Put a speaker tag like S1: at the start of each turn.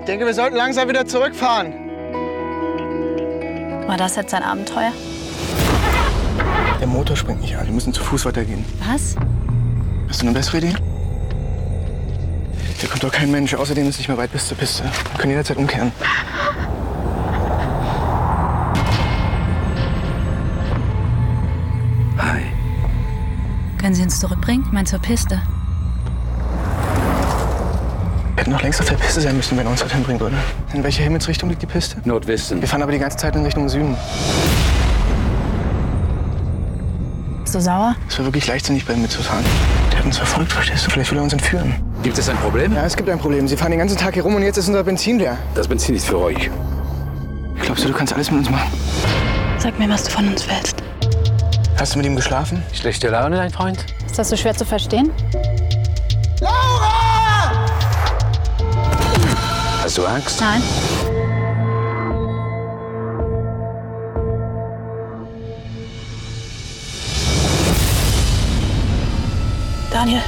S1: Ich denke, wir sollten langsam wieder zurückfahren.
S2: War das jetzt ein Abenteuer?
S1: Der Motor springt nicht an. Wir müssen zu Fuß weitergehen.
S2: Was?
S1: Hast du eine bessere Idee? Hier kommt doch kein Mensch. Außerdem ist es nicht mehr weit bis zur Piste. Wir können jederzeit umkehren. Hi.
S2: Können Sie uns zurückbringen? Ich meine zur Piste.
S1: Wir hätten noch längst auf der Piste sein müssen, wenn er uns dorthin bringen würde. In welcher Himmelsrichtung liegt die Piste?
S3: Nordwesten.
S1: Wir fahren aber die ganze Zeit in Richtung Süden.
S2: Bist du sauer?
S1: Es war wirklich leichtsinnig, bei ihm mitzufahren. Der hat uns verfolgt, verstehst du? Vielleicht will er uns entführen.
S3: Gibt es ein Problem?
S1: Ja, es gibt ein Problem. Sie fahren den ganzen Tag hier rum und jetzt ist unser Benzin leer.
S3: Das Benzin ist für euch.
S1: Glaubst du, du kannst alles mit uns machen?
S2: Sag mir, was du von uns willst.
S1: Hast du mit ihm geschlafen?
S3: Schlechte Laune, dein Freund?
S2: Ist das so schwer zu verstehen?
S3: Hast du Angst?
S2: Nein. Daniel.